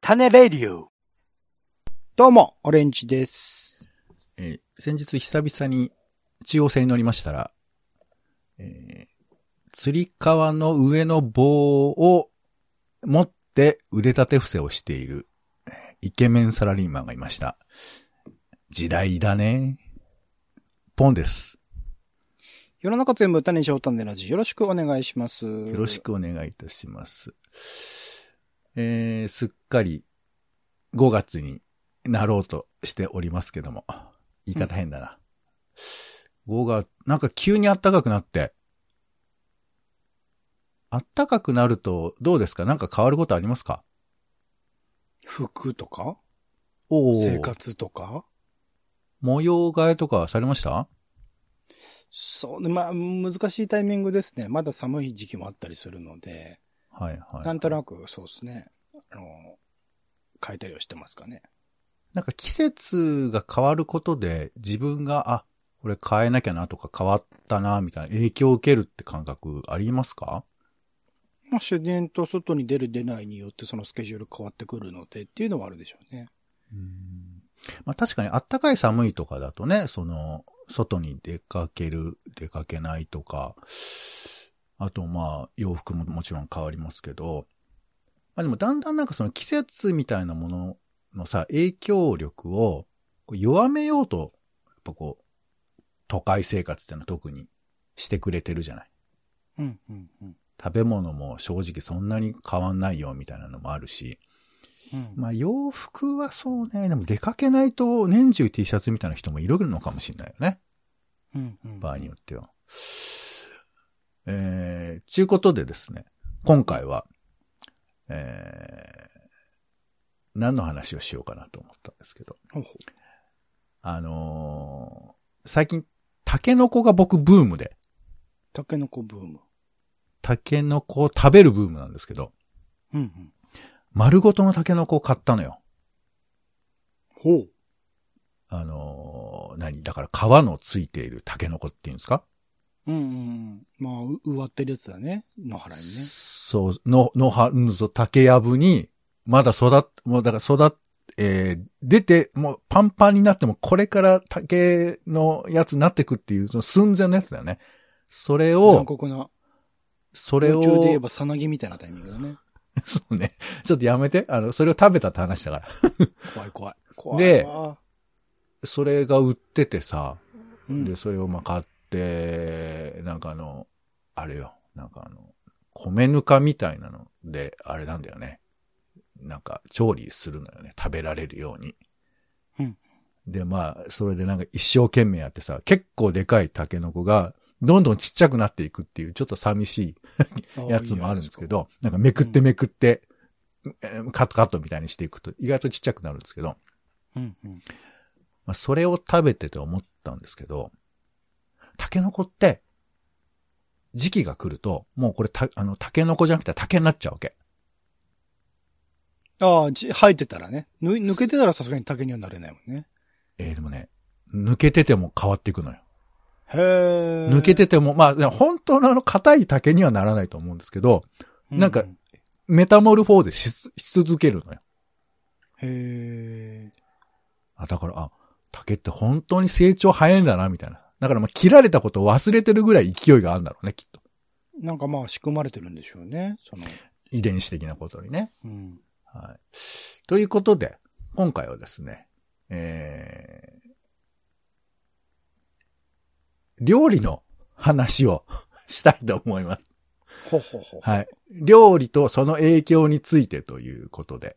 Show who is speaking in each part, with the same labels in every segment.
Speaker 1: 種レディオ。
Speaker 2: どうも、オレンジです。
Speaker 3: えー先日久々に中央線に乗りましたら、え釣り革の上の棒を持って腕立て伏せをしているえーイケメンサラリーマンがいました。時代だね。ポンです。
Speaker 2: 世の中全部種にしようたんでラジ。よろしくお願いします。よ
Speaker 3: よろし。くお願いいたします。えー、すっかり5月になろうとしておりますけども。言い方変だな。5月、なんか急に暖かくなって。暖かくなるとどうですかなんか変わることありますか
Speaker 2: 服とか
Speaker 3: お
Speaker 2: 生活とか
Speaker 3: 模様替えとかされました
Speaker 2: そう、まあ、難しいタイミングですね。まだ寒い時期もあったりするので、
Speaker 3: はいはい。
Speaker 2: なんとなくそうですね。あの、変えたりはしてますかね。
Speaker 3: なんか季節が変わることで自分が、あ、これ変えなきゃなとか変わったな、みたいな影響を受けるって感覚ありますか
Speaker 2: まあ、自然と外に出る出ないによってそのスケジュール変わってくるのでっていうのはあるでしょうね。
Speaker 3: まあ確かにあったかい寒いとかだとね、その、外に出かける、出かけないとか、あとまあ洋服ももちろん変わりますけど、まあでもだんだんなんかその季節みたいなもののさ、影響力をこう弱めようと、やっぱこう、都会生活っていうのは特にしてくれてるじゃない。
Speaker 2: うん、うん、うん。
Speaker 3: 食べ物も正直そんなに変わんないよみたいなのもあるし、
Speaker 2: うん、
Speaker 3: まあ洋服はそうね、でも出かけないと年中 T シャツみたいな人もいるのかもしれないよね。
Speaker 2: うん、うん。
Speaker 3: 場合によっては。えー、ちゅうことでですね、今回は、えー、何の話をしようかなと思ったんですけど、
Speaker 2: ほうほう
Speaker 3: あのー最近、タケノコが僕ブームで、
Speaker 2: タケノコブーム。
Speaker 3: タケノコを食べるブームなんですけど、
Speaker 2: うん、うん。
Speaker 3: 丸ごとのタケノコを買ったのよ。
Speaker 2: ほう。
Speaker 3: あのー何だから皮のついているタケノコっていうんですか
Speaker 2: うんうんうん。まあ、う植わってるやつだね。野原にね。
Speaker 3: そう、の、のは、うんそう、竹やぶに、まだ育っ、もうだから育っ、えー出て、もうパンパンになっても、これから竹のやつになってくっていう、その寸前のやつだよね。それを
Speaker 2: 南、国な。
Speaker 3: そ
Speaker 2: こ
Speaker 3: れを、
Speaker 2: 中で言えばさなぎみたいなタイミングだね。
Speaker 3: そうね、ちょっとやめて、あの、それを食べたって話だから。
Speaker 2: 怖い怖い。怖い。
Speaker 3: で、それが売っててさ、
Speaker 2: うん、
Speaker 3: で、それをまあ買って、なんかあの、あれよ、なんかあの、米ぬかみたいなので、あれなんだよね。なんか調理するのよね。食べられるように。
Speaker 2: うん
Speaker 3: で、まあ、それでなんか一生懸命やってさ、結構でかいタケノコが、どんどんちっちゃくなっていくっていう、ちょっと寂しいやつもあるんですけど、なんかめくってめくって、えーカットカットみたいにしていくと、意外とちっちゃくなるんですけど、
Speaker 2: あ。いいじゃないですかうんうん。
Speaker 3: まあ、それを食べてて思ったんですけど、タケノコって、時期が来ると、もうこれた、あの、タケノコじゃなくて竹になっちゃうわけ。
Speaker 2: ああ、じ生えてたらね。ぬ抜けてたらさすがに竹にはなれないもんね。
Speaker 3: えー、でもね、抜けてても変わっていくのよ。
Speaker 2: へえ。
Speaker 3: 抜けてても、まあ、本当のあの、硬い竹にはならないと思うんですけど、
Speaker 2: う、
Speaker 3: なんか
Speaker 2: へ
Speaker 3: メタモルフォーゼしし続けるのよ。
Speaker 2: え。
Speaker 3: あ、だから、あ、竹って本当に成長早いんだな、みたいな。だから、まあ、切られたことを忘れてるぐらい勢いがあるんだろうね、きっと。
Speaker 2: なんかまあ仕組まれてるんでしょうね。その、
Speaker 3: 遺伝子的なことにね。
Speaker 2: うん。
Speaker 3: はい。ということで、今回はですね、えー、料理の話をしたいと思います。
Speaker 2: ほうほうほう。
Speaker 3: はい。料理とその影響についてということで。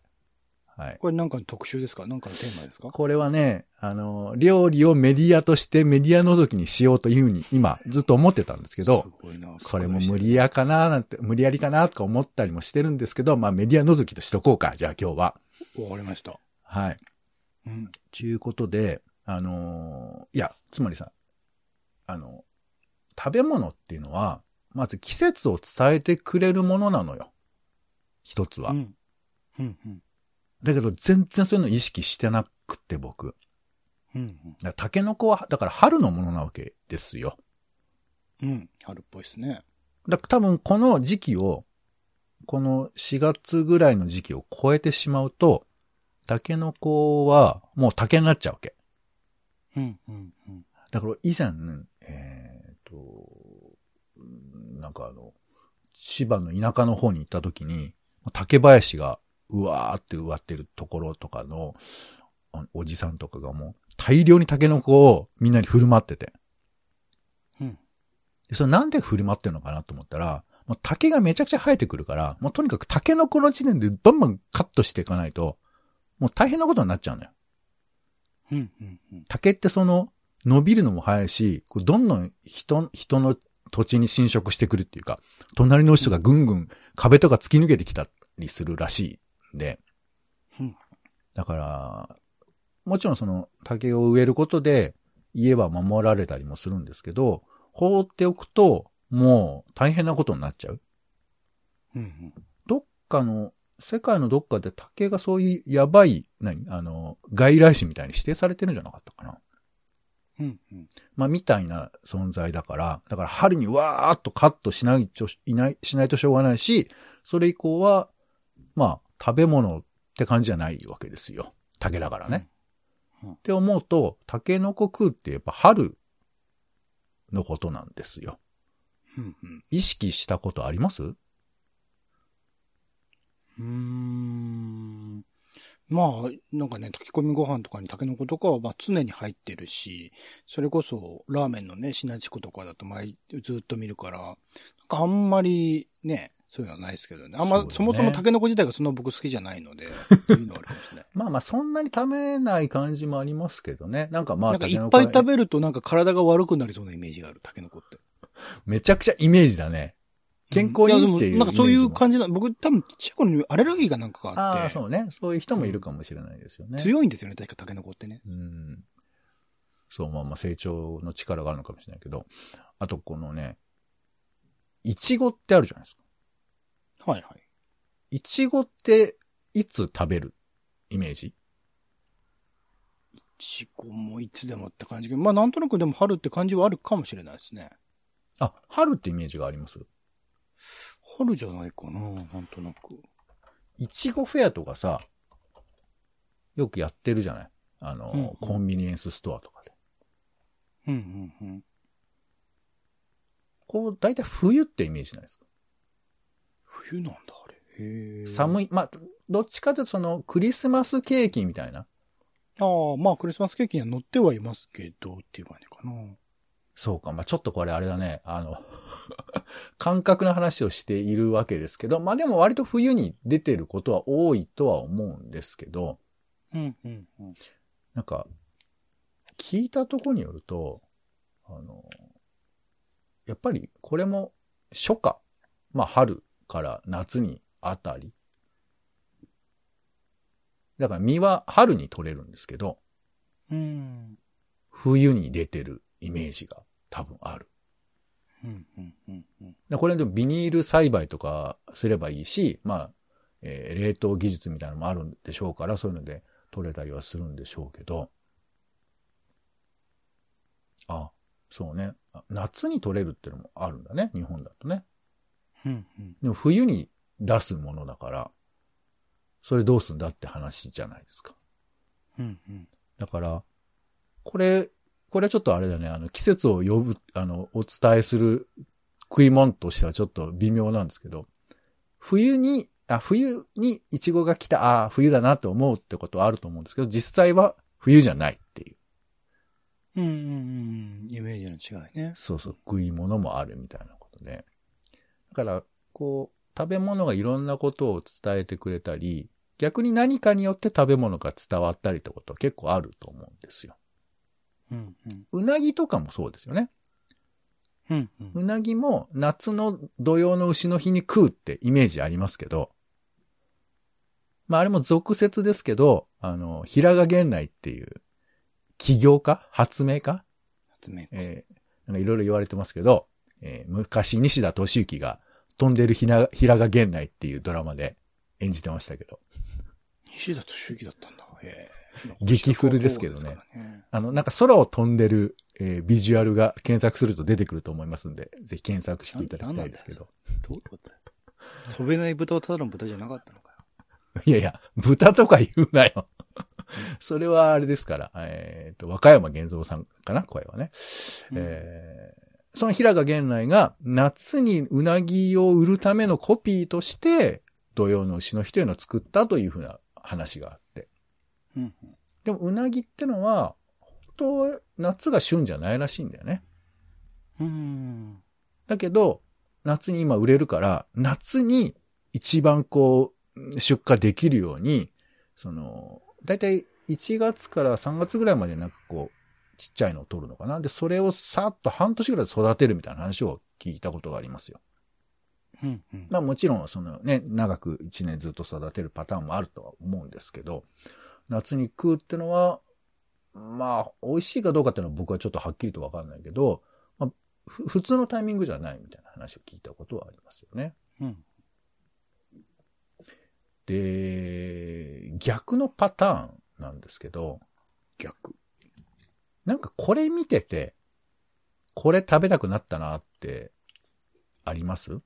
Speaker 3: はい。
Speaker 2: これなんかの特集ですかなんかのテーマですか
Speaker 3: これはね、あの、料理をメディアとしてメディア覗きにしようというふうに今ずっと思ってたんですけど、
Speaker 2: すごいな
Speaker 3: それも無理やかななんて、無理やりかなとか思ったりもしてるんですけど、まあメディア覗きとしとこうか、じゃあ今日は。
Speaker 2: わかりました。
Speaker 3: はい。
Speaker 2: うん。
Speaker 3: ちゅうことで、あのーいや、つまりさ、あの、食べ物っていうのは、まず季節を伝えてくれるものなのよ。一つは。
Speaker 2: うん。うん。うん。
Speaker 3: だけど、全然そういうの意識してなくて、僕。
Speaker 2: うん。
Speaker 3: だからタケノコは、だから春のものなわけですよ。
Speaker 2: うん。春っぽいですね。
Speaker 3: だから多分この時期を、この4月ぐらいの時期を超えてしまうと、タケノコはもう竹になっちゃうわけ。
Speaker 2: うん、うん、うん。
Speaker 3: だから以前、えっ、と、うんなんかあの、千葉の田舎の方に行った時に、竹林がうわーって植わってるところとかの、あのおじさんとかがもう大量にタケノコをみんなに振る舞ってて。
Speaker 2: うん。
Speaker 3: でそれなんで振る舞ってるのかなと思ったら、もう竹がめちゃくちゃ生えてくるから、もうとにかく竹のこの時点でバンバンカットしていかないと、もう大変なことになっちゃうのよ。
Speaker 2: うん、うん、うん。
Speaker 3: 竹ってその、伸びるのも早いし、こうどんどん人、人の土地に侵食してくるっていうか、隣の人がぐんぐん壁とか突き抜けてきたりするらしいんで。
Speaker 2: うん
Speaker 3: だから、もちろんその竹を植えることで家は守られたりもするんですけど、放っておくともう大変なことになっちゃう。
Speaker 2: うん、うん。
Speaker 3: どっかの、世界のどっかで竹がそういうやばい、何あの、外来種みたいに指定されてるんじゃなかったかな。
Speaker 2: うん、うん。
Speaker 3: まあ、みたいな存在だから、だから春にわーっとカットしないと、いない、しないとしょうがないし、それ以降は、まあ、食べ物って感じじゃないわけですよ。竹だからね。
Speaker 2: うんうん
Speaker 3: って思うと、竹の子食うってやっぱ春のことなんですよ。
Speaker 2: うん、うん。
Speaker 3: 意識したことあります
Speaker 2: うーん。まあ、なんかね、炊き込みご飯とかにタケノコとかはまあ常に入ってるし、それこそラーメンのね、シナチクとかだと毎ずっと見るから、なんかあんまりね、そういうのはないですけどね。あんま、
Speaker 3: そう
Speaker 2: そ,、
Speaker 3: ね
Speaker 2: もそもタケノコ自体がそんな僕好きじゃないので、そういうのはあるかもしれない。
Speaker 3: まあまあ、そんなに食べない感じもありますけどね。なんかまあ、
Speaker 2: なんかい
Speaker 3: 竹の
Speaker 2: っ
Speaker 3: 子
Speaker 2: ぱ
Speaker 3: はい
Speaker 2: 食べるとなんか体が悪くなりそうなイメージがある、タケノコって。
Speaker 3: めちゃくちゃイメージだね。健康にいいっていうイメージ
Speaker 2: やでもなんかそういう
Speaker 3: も
Speaker 2: 感じな、僕多分、チェコにアレルギーがなんかが
Speaker 3: あ
Speaker 2: あ
Speaker 3: あ、
Speaker 2: って、
Speaker 3: そうね。そういう人もいるかもしれないですよね。
Speaker 2: 強いんですよね、確かタケノコってね。
Speaker 3: うん。そう、まあまあ成長の力があるのかもしれないけど、あとこのね、いちごってあるじゃないですか。
Speaker 2: はいはい。
Speaker 3: いちごっていつ食べるイメージ
Speaker 2: ちごもいつでもって感じけど、まあなんとなくでも春って感じはあるかもしれないですね。
Speaker 3: あ、春ってイメージがあります
Speaker 2: 春じゃないかな、なんとなく。
Speaker 3: いちごフェアとかさ、よくやってるじゃないあの、
Speaker 2: うんうん
Speaker 3: コンビニエンスストアとかで。
Speaker 2: うんうんうん。
Speaker 3: こう、だいたい冬ってイメージじゃないですか。
Speaker 2: 冬なんだ、あれ。へえ。い。
Speaker 3: 寒い。まあ、どっちかというとその、クリスマスケーキみたいな。
Speaker 2: ああ、まあクリスマスケーキには乗ってはいますけど、っていう感じかな。
Speaker 3: そうか。まあ、ちょっとこれあれだね。あの、 感覚の話をしているわけですけど、まあ、でも割と冬に出てることは多いとは思うんですけど、
Speaker 2: うんうんうん。
Speaker 3: なんか、聞いたとこによると、あの、やっぱりこれも初夏、まあ、春から夏にあたり。だから実は春に取れるんですけど、
Speaker 2: うん。
Speaker 3: 冬に出てるイメージが多分ある。
Speaker 2: うんうんうんうん。
Speaker 3: だこれでもビニール栽培とかすればいいし、まあ、えー冷凍技術みたいなのもあるんでしょうから、そういうので取れたりはするんでしょうけど。あ、そうね。あ夏に取れるっていうのもあるんだね、日本だとね。
Speaker 2: うんうん。
Speaker 3: でも冬に出すものだから、それどうすんだって話じゃないですか。
Speaker 2: うんうん。
Speaker 3: だから、これ、これはちょっとあれだね、あの、季節を呼ぶ、あの、お伝えする食い物としてはちょっと微妙なんですけど、冬に、あ、冬にイチゴが来た、ああ、冬だなと思うってことはあると思うんですけど、実際は冬じゃないっていう。
Speaker 2: うんうんうん。イメージの違いね。
Speaker 3: そうそう、食い物もあるみたいなことで。だから、こう、食べ物がいろんなことを伝えてくれたり、逆に何かによって食べ物が伝わったりってことは結構あると思うんですよ。
Speaker 2: うんうん。
Speaker 3: うなぎとかもそうですよね。
Speaker 2: うんうん。
Speaker 3: うなぎも夏の土用の牛の日に食うってイメージありますけど、まああれも俗説ですけど、あの、平賀源内っていう起業家発明家
Speaker 2: 発明。
Speaker 3: えーなんかいろいろ言われてますけど、えー昔西田敏行が飛んでるひな平賀源内っていうドラマで演じてましたけど、
Speaker 2: 西田敏行だったんだ。へえ。
Speaker 3: 激フルですけどね
Speaker 2: そうからね。
Speaker 3: あの、なんか空を飛んでる、えービジュアルが検索すると出てくると思いますんで、ぜひ検索していただきたいですけど。
Speaker 2: どういうことだよ飛べない豚はただの豚じゃなかったのかよ。
Speaker 3: いやいや、豚とか言うなよ。 それはあれですから、えっ、と、和歌山玄三さんかな声はね。
Speaker 2: うん
Speaker 3: えーその平賀源内が夏にうなぎを売るためのコピーとして、土用の牛の日というのを作ったというふうな話があって。
Speaker 2: うん。
Speaker 3: でもうなぎってのは、本当は夏が旬じゃないらしいんだよね。
Speaker 2: うん。
Speaker 3: だけど、夏に今売れるから、夏に一番こう、出荷できるように、その、だいたい1月から3月ぐらいまでなんかこう、ちっちゃいのを取るのかな。で、それをさっと半年ぐらいで育てるみたいな話を聞いたことがありますよ。
Speaker 2: うん。うん
Speaker 3: まあもちろん、そのね、長く1年ずっと育てるパターンもあるとは思うんですけど、夏に食うってのは、まあ、美味しいかどうかっていうのは僕はちょっとはっきりとわかんないけど、まあ、ふ普通のタイミングじゃないみたいな話を聞いたことはありますよね。
Speaker 2: うん。
Speaker 3: で、逆のパターンなんですけど、
Speaker 2: 逆。
Speaker 3: なんかこれ見てて、これ食べたくなったなって、あります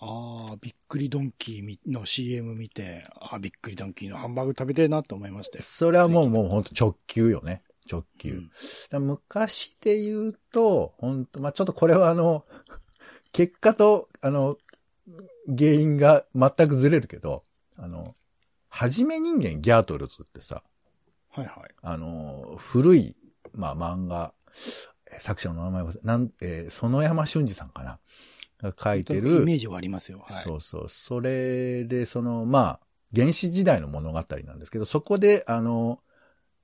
Speaker 2: ああ、びっくりドンキーみの CM 見て、ああ、びっくりドンキーのハンバーグ食べてえなって思いましたよ。
Speaker 3: それはもうもう本当直球よね。直球。
Speaker 2: うん
Speaker 3: だから昔で言うと、本当まあ、ちょっとこれはあの、 結果と、あの、原因が全くずれるけど、あの、はじめ人間ギャートルズってさ、
Speaker 2: はいはい。
Speaker 3: あの、古い、まあ、漫画、えー作者の名前は、なん、えー、園山俊二さんかなが書いてる、
Speaker 2: イメージはありますよ。はい。
Speaker 3: そうそう。それで、その、まあ、原始時代の物語なんですけど、そこで、あの、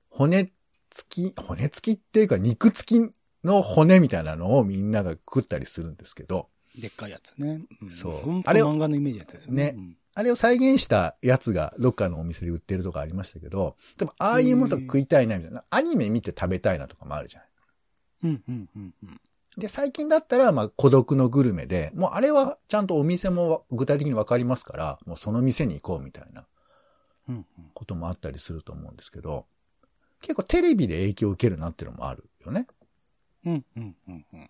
Speaker 3: 骨付き、骨付きっていうか肉付きの骨みたいなのをみんなが食ったりするんですけど、
Speaker 2: でっかいやつね。ん
Speaker 3: そう
Speaker 2: 本当
Speaker 3: あれを
Speaker 2: 漫画のイメージのやつですよね。
Speaker 3: ねあれを再現したやつがどっかのお店で売ってるとかありましたけど、でもああいうものとか食いたいなみたいな、アニメ見て食べたいなとかもあるじゃない。
Speaker 2: うん。うん、うん、うん、
Speaker 3: で、最近だったら、まあ、孤独のグルメで、もうあれはちゃんとお店も具体的にわかりますから、もうその店に行こうみたいな。
Speaker 2: うん。うん、うん。
Speaker 3: こともあったりすると思うんですけど、結構テレビで影響を受けるなっていうのもあるよね。
Speaker 2: うん、うん、うん、うん。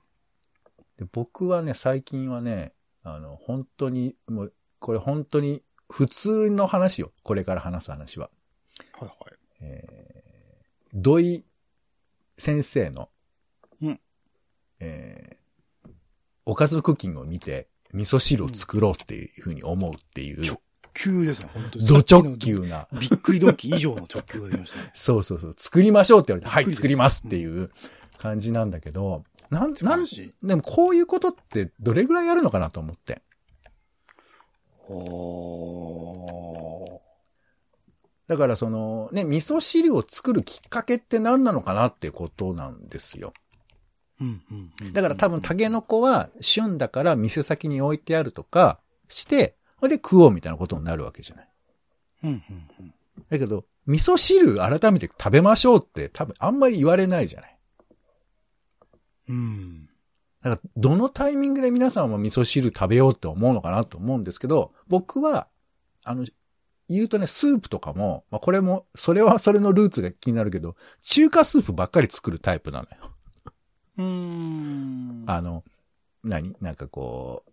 Speaker 3: で僕はね、最近はね、あの、本当に、もう、これ本当に普通の話よ。これから話す話は。
Speaker 2: はいはい。
Speaker 3: えー、土井先生の、
Speaker 2: うん
Speaker 3: えーおかずクッキングを見て、味噌汁を作ろうっていうふうに思うっていう、
Speaker 2: ちょ急ですね、本当に。
Speaker 3: ド直球な。。
Speaker 2: びっくりドンキー以上の直球が出ましたね
Speaker 3: そうそうそう。作りましょうって言われて、は
Speaker 2: び
Speaker 3: い、
Speaker 2: っく
Speaker 3: 作
Speaker 2: りです
Speaker 3: りますっていう感じなんだけど、なん、 なん、
Speaker 2: 素晴らしい
Speaker 3: でもこういうことってどれぐらいやるのかなと思って。
Speaker 2: お
Speaker 3: だからその、ね、味噌汁を作るきっかけって何なのかなってことなんですよ。
Speaker 2: うんうんうん
Speaker 3: だから多分、タケノコは旬だから店先に置いてあるとかして、ほいで食おうみたいなことになるわけじゃない。
Speaker 2: うんうんうん。
Speaker 3: だけど、味噌汁改めて食べましょうって多分あんまり言われないじゃない。
Speaker 2: うん。
Speaker 3: なんか、どのタイミングで皆さんも味噌汁食べようって思うのかなと思うんですけど、僕は、あの、言うとね、スープとかも、まあ、これも、それはそれのルーツが気になるけど、中華スープばっかり作るタイプなのよ。
Speaker 2: うん。
Speaker 3: あの、何なんかこ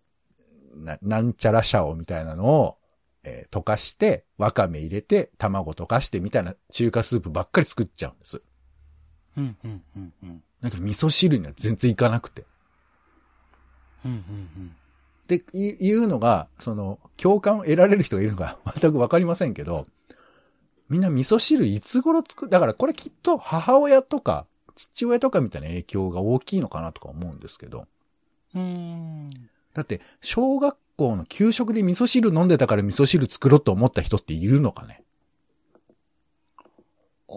Speaker 3: う、な、なんちゃらシャオみたいなのを、えー溶かして、わかめ入れて、卵溶かしてみたいな中華スープばっかり作っちゃうんです。
Speaker 2: うんうんうんうん。
Speaker 3: なんか味噌汁には全然いかなくて。
Speaker 2: うんうん
Speaker 3: でい言うのが、その、共感を得られる人が いるのか全くわかりませんけど、みんな味噌汁いつ頃作る、だからこれきっと母親とか父親とかみたいな影響が大きいのかなとか思うんですけど、
Speaker 2: うん。うん。
Speaker 3: だって小学校の給食で味噌汁飲んでたから味噌汁作ろうと思った人っているのかね。
Speaker 2: ああ、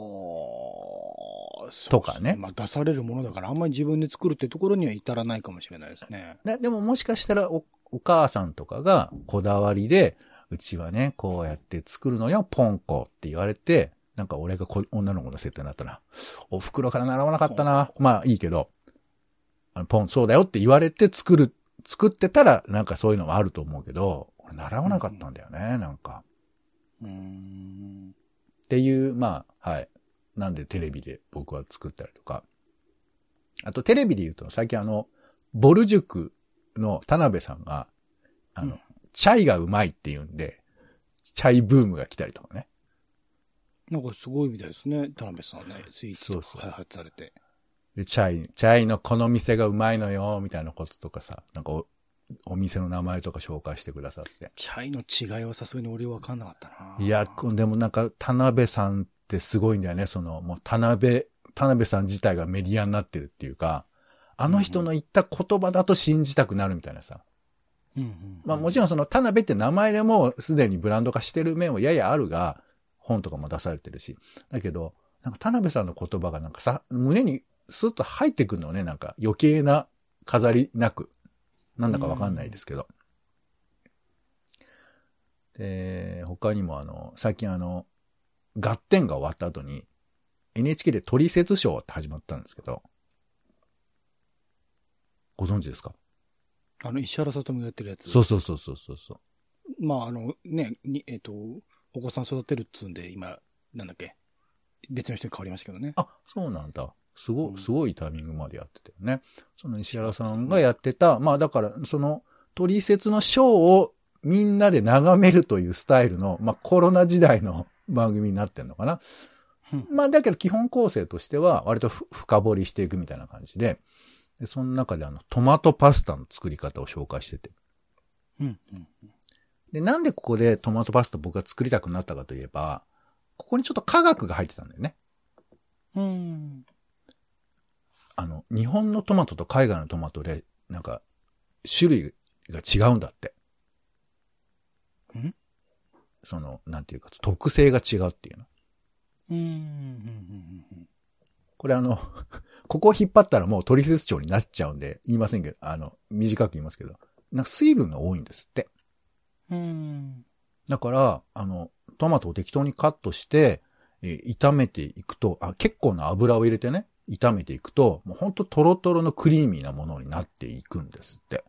Speaker 2: そう
Speaker 3: とかね
Speaker 2: ですまあ出されるものだからあんまり自分で作るってところには至らないかもしれないですね。
Speaker 3: だでももしかしたらおお母さんとかがこだわりで、うちはね、こうやって作るのよ、ポンコって言われて、なんか俺がこ女の子の設定になったな。お袋から習わなかったな。まあいいけど、あのポン、そうだよって言われて作る、作ってたらなんかそういうのはあると思うけど、俺習わなかったんだよね、なんか。
Speaker 2: うん。
Speaker 3: っていう、まあ、はい。なんでテレビで僕は作ったりとか。あとテレビで言うと、最近あの、ボル塾の田辺さんが、あの、
Speaker 2: うん
Speaker 3: チャイがうまいっていうんで、チャイブームが来たりとかね。
Speaker 2: なんかすごいみたいですね。田辺さんね、スイーツと
Speaker 3: そう
Speaker 2: か
Speaker 3: そう
Speaker 2: 開発されて。
Speaker 3: で、チャイ、チャイのこの店がうまいのよ、みたいなこととかさ、なんかお、お店の名前とか紹介してくださって。
Speaker 2: チャイの違いはさすがに俺わかんなかったな。
Speaker 3: いや、こでもなんか、田辺さんってすごいんだよね。その、もう田辺、田辺さん自体がメディアになってるっていうか、あの人の言った言葉だと信じたくなるみたいなさ。
Speaker 2: うんうん。
Speaker 3: まあもちろんその田辺って名前でもうすでにブランド化してる面はややあるが、本とかも出されてるし。だけど、なんか田辺さんの言葉がなんかさ、胸にスッと入ってくるのね、なんか余計な飾りなく。なんだかわかんないですけど。で、他にもあの、最近あの、合点が終わった後に、NHK でトリセツショーって始まったんですけど、ご存知ですか
Speaker 2: あの、石原さとみがやってるやつ。
Speaker 3: そうそうそうそうそうそう。
Speaker 2: まあ、あの、ね、にえっ、と、お子さん育てるっつうんで、今、なんだっけ。別の人に変わりましたけどね。
Speaker 3: あ、そうなんだ。す
Speaker 2: う
Speaker 3: ご、
Speaker 2: ん
Speaker 3: すごいタイミングまでやってたよね。その石原さんがやってた、まあだから、その、トリセツのショーをみんなで眺めるというスタイルの、まあコロナ時代の番組になってんのかな。
Speaker 2: うん
Speaker 3: まあだけど基本構成としては割とふ深掘りしていくみたいな感じで、でその中であのトマトパスタの作り方を紹介してて。
Speaker 2: うん、うん。
Speaker 3: で、なんでここでトマトパスタ僕が作りたくなったかといえば、ここにちょっと科学が入ってたんだよね。
Speaker 2: うん。
Speaker 3: あの、日本のトマトと海外のトマトで、なんか、種類が違うんだって。
Speaker 2: ん
Speaker 3: その、なんていうか、特性が違うっていうの。
Speaker 2: うん、うん、うん、
Speaker 3: これあの、 ここを引っ張ったらもうトリセツ調になっちゃうんで、言いませんけど、あの、短く言いますけど、なんか水分が多いんですって。
Speaker 2: うん。うん。
Speaker 3: だから、あの、トマトを適当にカットして、えー炒めていくと、あ、結構な油を入れてね、炒めていくと、もうほんとトロトロのクリーミーなものになっていくんですって。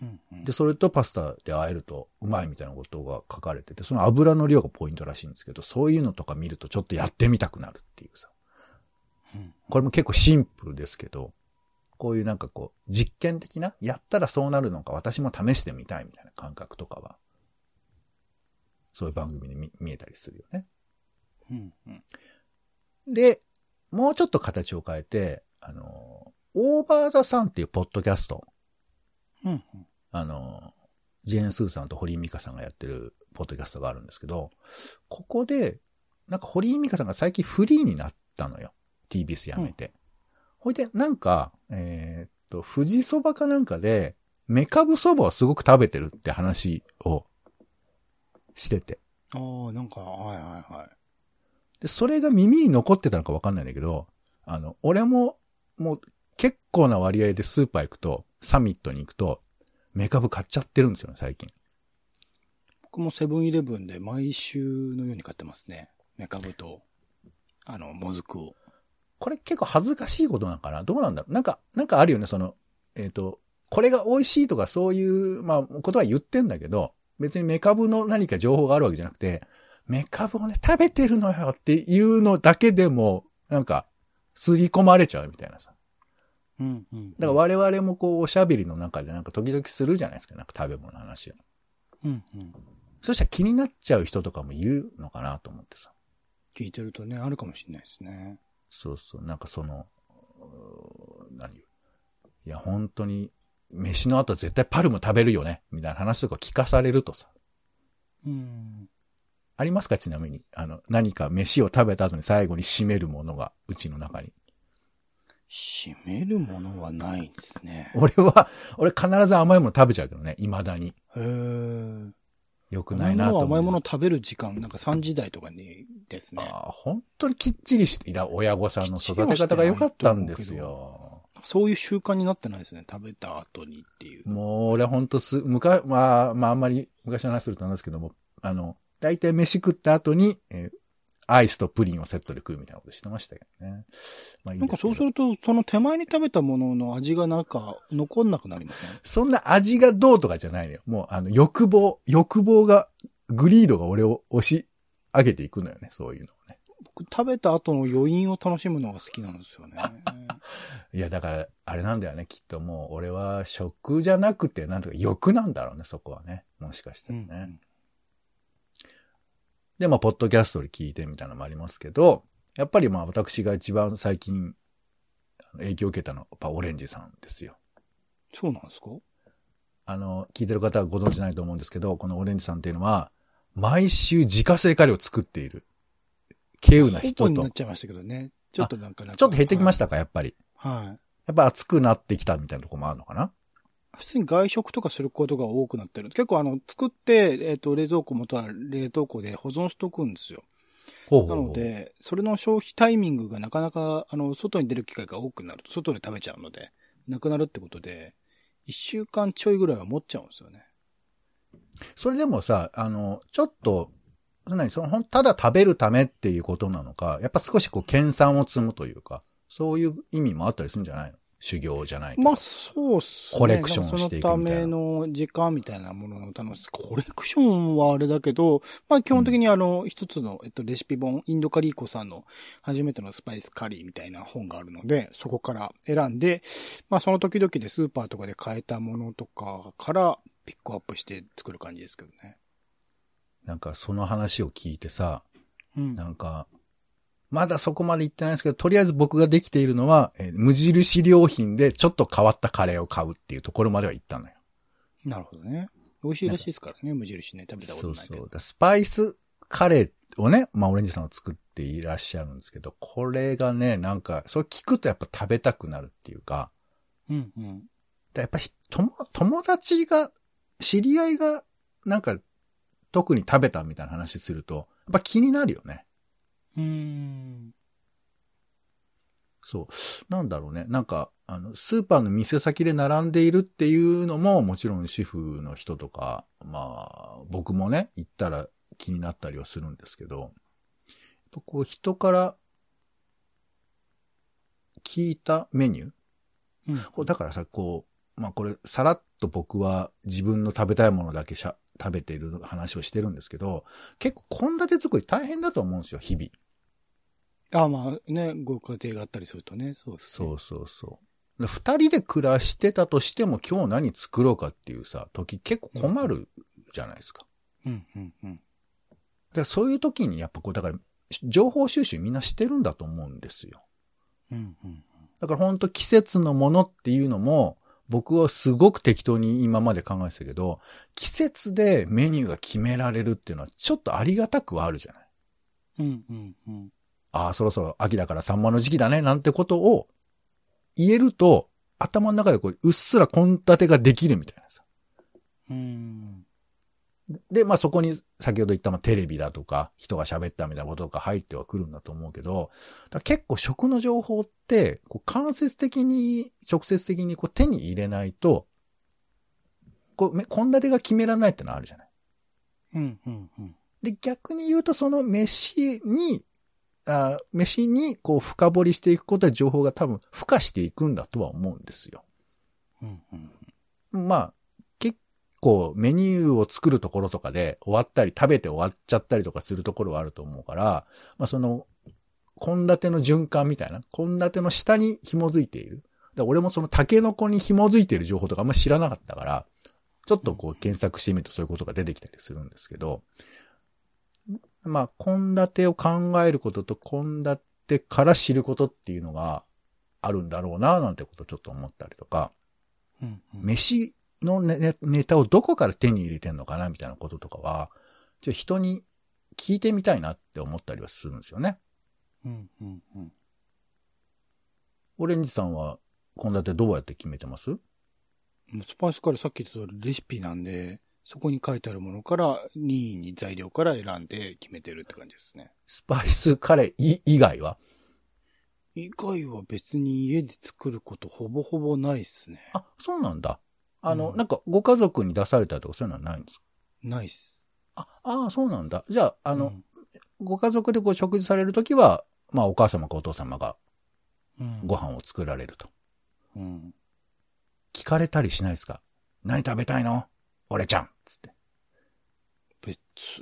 Speaker 2: うんうん
Speaker 3: で、それとパスタで和えるとうまいみたいなことが書かれてて、その油の量がポイントらしいんですけど、そういうのとか見るとちょっとやってみたくなるっていうさ。
Speaker 2: うん
Speaker 3: これも結構シンプルですけど、こういうなんかこう、実験的な、やったらそうなるのか、私も試してみたいみたいな感覚とかは、そういう番組に見見えたりするよね。
Speaker 2: うんうん
Speaker 3: で、もうちょっと形を変えて、あの、オーバーザさんっていうポッドキャスト、
Speaker 2: うん
Speaker 3: あの、ジェーン・スーさんと堀井美香さんがやってるポッドキャストがあるんですけど、ここで、なんか堀井美香さんが最近フリーになったのよ。TBS 辞めて。ほいで、なんか、えーっと、富士蕎麦かなんかで、メカブ蕎麦をすごく食べてるって話をしてて。
Speaker 2: ああ、なんか、はいはいはい。
Speaker 3: で、それが耳に残ってたのかわかんないんだけど、あの、俺も、もう、結構な割合でスーパー行くと、サミットに行くと、メカブ買っちゃってるんですよね、最近。
Speaker 2: 僕もセブンイレブンで毎週のように買ってますね。メカブと、あの、もずくを。
Speaker 3: これ結構恥ずかしいことなんかなどうなんだろうなんか、なんかあるよね、その、えっ、と、これが美味しいとかそういう、まあ、ことは言ってんだけど、別にメカブの何か情報があるわけじゃなくて、メカブをね、食べてるのよっていうのだけでも、なんか、すり込まれちゃうみたいなさ。
Speaker 2: うんうん。
Speaker 3: だから我々もこう、おしゃべりの中でなんか時々するじゃないですか、なんか食べ物の話を。
Speaker 2: うんうん。
Speaker 3: そしたら気になっちゃう人とかもいるのかなと思ってさ。
Speaker 2: 聞いてるとね、あるかもしれないですね。
Speaker 3: そうそう、なんかその、うー何いや、本当に、飯の後は絶対パルム食べるよね、みたいな話とか聞かされるとさ。
Speaker 2: うん。
Speaker 3: ありますかちなみに。あの、何か飯を食べた後に最後に締めるものが、うちの中に。
Speaker 2: 締めるものはないですね。
Speaker 3: 俺は、俺必ず甘いもの食べちゃうけどね、未だに。
Speaker 2: へえ。
Speaker 3: 良くな
Speaker 2: 甘い
Speaker 3: いな
Speaker 2: も
Speaker 3: と
Speaker 2: のは
Speaker 3: 思う。
Speaker 2: 甘いものを食べる時間、なんか3時台とかにですね。
Speaker 3: あー本当にきっちりしていた親御さんの育て方が良かったんですよ。
Speaker 2: そういう習慣になってないですね。食べた後にっていう。
Speaker 3: もう、俺ほんとす、むか、まあ、まあ、あんまり昔の話するとなんですけども、あの、大体飯食った後に、えーアイスとプリンをセットで食うみたいなことしてましたけどね。まあいい
Speaker 2: なん
Speaker 3: で
Speaker 2: か
Speaker 3: すけど
Speaker 2: そうすると、その手前に食べたものの味がなんか残んなくなりません
Speaker 3: そんな味がどうとかじゃないのよ。もう、あの、欲望、欲望が、グリードが俺を押し上げていくのよね、そういうのをね。
Speaker 2: 僕食べた後の余韻を楽しむのが好きなんですよ ね。
Speaker 3: いや、だから、あれなんだよね。きっともう、俺は食じゃなくて、なんとか欲なんだろうね、そこはね。もしかした
Speaker 2: う
Speaker 3: ら
Speaker 2: ん
Speaker 3: ね。
Speaker 2: うん
Speaker 3: で、まあ、ポッドキャストで聞いてみたいなのもありますけど、やっぱりまあ、私が一番最近、あの影響を受けたのは、やっぱオレンジさんですよ。
Speaker 2: そうなんですか
Speaker 3: あの、聞いてる方はご存知ないと思うんですけど、このオレンジさんっていうのは、毎週自家製カレーを作っている。稀有
Speaker 2: ほぼ
Speaker 3: な人
Speaker 2: にな
Speaker 3: と
Speaker 2: っ。ちゃいましたけどね。ちょっとなんかなんか
Speaker 3: ちょっと減ってきましたか、やっぱり。
Speaker 2: はい。はい
Speaker 3: やっぱ暑くなってきたみたいなとこもあるのかな
Speaker 2: 普通に外食とかすることが多くなってる。結構あの、作って、えっ、と、冷蔵庫または冷凍庫で保存しとくんですよ。
Speaker 3: ほう
Speaker 2: なので、それの消費タイミングがなかなか、あの、外に出る機会が多くなると、外で食べちゃうので、なくなるってことで、一週間ちょいぐらいは持っちゃうんですよね。
Speaker 3: それでもさ、あの、ちょっと、そんなにその、ほんただ食べるためっていうことなのか、やっぱ少しこう、研鑽を積むというか、そういう意味もあったりするんじゃないの修行じゃないけど
Speaker 2: まあ、そうっすね。
Speaker 3: コレクションをしていくみたいな
Speaker 2: そのための時間みたいなものの楽しさ。コレクションはあれだけど、まあ基本的にあの、一つの、えっと、レシピ本、インドカリーコさんの初めてのスパイスカリーみたいな本があるので、そこから選んで、まあその時々でスーパーとかで買えたものとかからピックアップして作る感じですけどね。
Speaker 3: なんかその話を聞いてさ、
Speaker 2: うん。
Speaker 3: なんか、まだそこまで行ってないんですけど、とりあえず僕ができているのは、えー無印良品でちょっと変わったカレーを買うっていうところまでは行ったのよ。
Speaker 2: なるほどね。美味しいらしいですからね、無印ね。食べたことないけど。
Speaker 3: だスパイスカレーをね、まあ、オレンジさんは作っていらっしゃるんですけど、これがね、なんか、それ聞くとやっぱ食べたくなるっていうか、
Speaker 2: うんうん。
Speaker 3: だやっぱひ友友達が、知り合いが、なんか、特に食べたみたいな話すると、やっぱ気になるよね。
Speaker 2: うーん。
Speaker 3: そう。なんだろうね。なんか、あの、スーパーの店先で並んでいるっていうのも、もちろん主婦の人とか、まあ、僕もね、行ったら気になったりはするんですけど、やっぱこう、人から聞いたメニュー
Speaker 2: うん
Speaker 3: こうだからさ、こう、まあこれ、さらっと僕は自分の食べたいものだけしゃ食べている話をしてるんですけど、結構献立作り大変だと思うんですよ、日々。
Speaker 2: あまあね、ご家庭があったりするとね、そうですね、
Speaker 3: そうそうそう。で二人で暮らしてたとしても今日何作ろうかっていうさ、時結構困るじゃないですか。
Speaker 2: うんうんうん。
Speaker 3: だからそういう時にやっぱこう、だから情報収集みんなしてるんだと思うんですよ。
Speaker 2: うんうん
Speaker 3: だからほんと季節のものっていうのも、僕はすごく適当に今まで考えてたけど、季節でメニューが決められるっていうのはちょっとありがたくはあるじゃない。
Speaker 2: うんうんうん。
Speaker 3: ああ、そろそろ秋だからサンマの時期だね、なんてことを言えると、頭の中でこう、うっすら献立ができるみたいなさ。
Speaker 2: うん。
Speaker 3: で、まあそこに先ほど言ったまあテレビだとか、人が喋ったみたいなことが入ってはくるんだと思うけど、だから結構食の情報って、こう間接的に、直接的にこう手に入れないと、こうめ、献立が決められないってのはあるじゃない。
Speaker 2: うんうんうん。
Speaker 3: で、逆に言うとその飯に、あ飯にこう深掘りしていくことで情報が多分付加していくんだとは思うんですよ。
Speaker 2: うんうん。
Speaker 3: まあ、結構メニューを作るところとかで終わったり、食べて終わっちゃったりとかするところはあると思うから、まあその、献立の循環みたいな、献立の下に紐づいている。だから俺もそのタケノコに紐づいている情報とかあんま知らなかったから、ちょっとこう検索してみるとそういうことが出てきたりするんですけど、まあ、献立を考えることと献立から知ることっていうのがあるんだろうな、なんてことをちょっと思ったりとか、
Speaker 2: うんうん。
Speaker 3: 飯のネネネタをどこから手に入れてんのかなみたいなこととかは、ちょっと人に聞いてみたいなって思ったりはするんですよね。
Speaker 2: うんうんうん。
Speaker 3: オレンジさんは、献立どうやって決めてます
Speaker 2: もうスパイスカレーさっき言ってたレシピなんで、そこに書いてあるものから、任意に材料から選んで決めてるって感じですね。
Speaker 3: スパイスカレーい以外は
Speaker 2: 以外は別に家で作ることほぼほぼないっすね。
Speaker 3: あ、そうなんだ。あの、
Speaker 2: うん
Speaker 3: なんかご家族に出されたりとかそういうのはないんですか
Speaker 2: ないっす。
Speaker 3: あ、ああ、そうなんだ。じゃあ、あ
Speaker 2: あ
Speaker 3: の、、ご家族でご食事されるときは、まあお母様かお父様が
Speaker 2: うん。
Speaker 3: ご飯を作られると。
Speaker 2: うん。
Speaker 3: 聞かれたりしないですか何食べたいの俺ちゃんつって。
Speaker 2: 別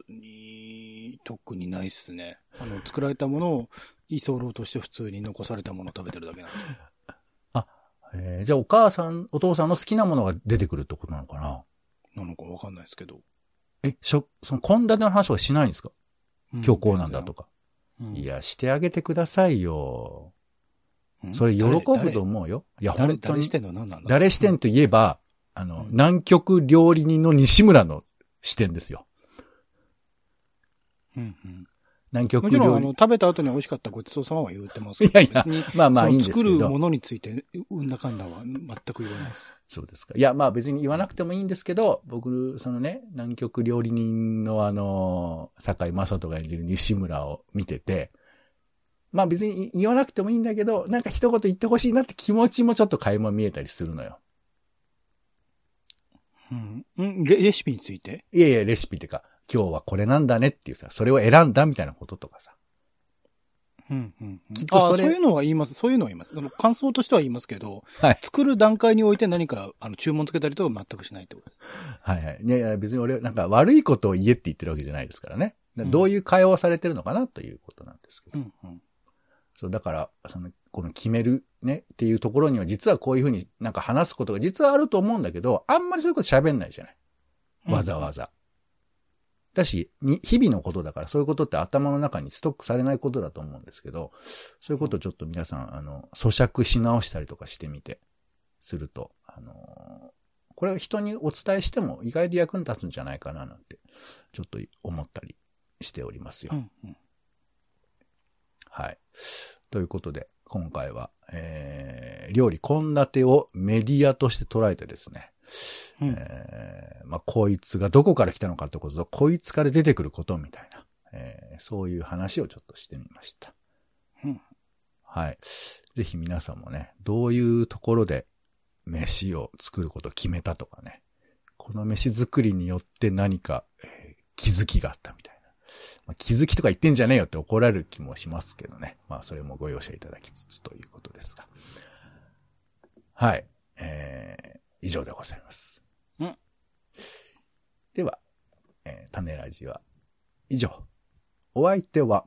Speaker 2: に、特にないっすね。あの、作られたものを居候として普通に残されたものを食べてるだけなんで。
Speaker 3: えーじゃあお母さん、お父さんの好きなものが出てくるってことなのかな
Speaker 2: なのかわかんないですけど。
Speaker 3: え、しょ、その献立の話はしないんですか虚構なんだと
Speaker 2: か。
Speaker 3: か。
Speaker 2: うん
Speaker 3: い、や、してあげてくださいよ。
Speaker 2: うん
Speaker 3: それ喜ぶと
Speaker 2: 誰
Speaker 3: 思うよ。いや、
Speaker 2: 誰
Speaker 3: 本当
Speaker 2: 誰
Speaker 3: に
Speaker 2: し。てんの何なんだ
Speaker 3: 誰視点
Speaker 2: の
Speaker 3: といえば、あ
Speaker 2: う
Speaker 3: の、
Speaker 2: ん
Speaker 3: 南極料理人の西村の視点ですよ。
Speaker 2: うんうん
Speaker 3: 南
Speaker 2: も
Speaker 3: 極
Speaker 2: ちろん、
Speaker 3: 料
Speaker 2: あ
Speaker 3: 理
Speaker 2: の、
Speaker 3: 人。
Speaker 2: 食べた後に美味しかったごちそうさまは言ってますけど。
Speaker 3: いやいや
Speaker 2: 別に、
Speaker 3: まあまあいいん
Speaker 2: その
Speaker 3: ですけ
Speaker 2: 作るも
Speaker 3: ど。
Speaker 2: のについて、うんだかんだは全く言わないです。
Speaker 3: そうですか。いや、まあ別に言わなくてもいいんですけど、僕、そのね、南極料理人のあの、坂井正人が演じる西村を見てて、まあ別に言わなくてもいいんだけど、なんか一言言ってほしいなって気持ちもちょっと垣間見えたりするのよ。
Speaker 2: うん。うんレレシピについて
Speaker 3: いやいや、レシピってか、今日はこれなんだねっていうさ、それを選んだみたいなこととかさ。
Speaker 2: うんうんうん
Speaker 3: きっとそ
Speaker 2: あ
Speaker 3: れ
Speaker 2: そういうのは言います。そういうのは言います。あの感想としては言いますけど、
Speaker 3: はい
Speaker 2: 作る段階において何かあの注文つけたりとは全くしないってことです。
Speaker 3: はいはい。いやいや、別に俺、なんか悪いことを言えって言ってるわけじゃないですからね。だからどういう会話をされてるのかなということなんですけど。
Speaker 2: うんうん。
Speaker 3: そう、だから、その、この決めるねっていうところには実はこういうふうになんか話すことが実はあると思うんだけど、あんまりそういうこと喋んないじゃない。わざわざ。だし、に日々のことだから、そういうことって頭の中にストックされないことだと思うんですけど、そういうことをちょっと皆さん、あの、咀嚼し直したりとかしてみて、すると、あのーこれは人にお伝えしても意外と役に立つんじゃないかななんて、ちょっと思ったりしておりますよ。
Speaker 2: うんうん。
Speaker 3: はい。ということで、今回は、えー、料理献立をメディアとして捉えてですね、
Speaker 2: うん
Speaker 3: えーまあ、こいつがどこから来たのかってことと、こいつから出てくることみたいな、えーそういう話をちょっとしてみました。
Speaker 2: うん
Speaker 3: はい。ぜひ皆さんもね、どういうところで飯を作ることを決めたとかね、この飯作りによって何か、えー気づきがあったみたいな。まあ、気づきとか言ってんじゃねえよって怒られる気もしますけどね。まあ、それもご容赦いただきつつということですが。はい。えー、以上でございます。
Speaker 2: うん
Speaker 3: では、えー、種ラジは以上。お相手は、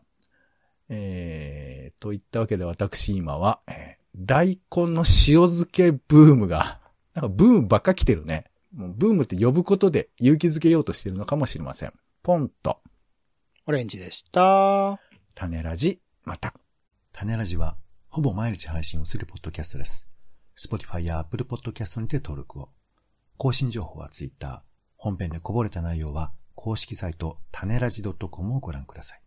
Speaker 3: えー、といったわけで私今は、えー大根の塩漬けブームが、なんかブームばっか来てるね。もうブームって呼ぶことで勇気づけようとしてるのかもしれません。ポンと。
Speaker 2: オレンジでした。
Speaker 3: 種ラジ、また。
Speaker 1: 種ラジは、ほぼ毎日配信をするポッドキャストです。Spotify や Apple Podcast にて登録を。更新情報は Twitter。本編でこぼれた内容は、公式サイト、種ラジ .com をご覧ください。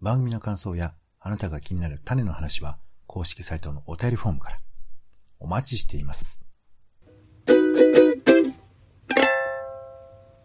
Speaker 1: 番組の感想や、あなたが気になる種の話は、公式サイトのお便りフォームから。お待ちしています。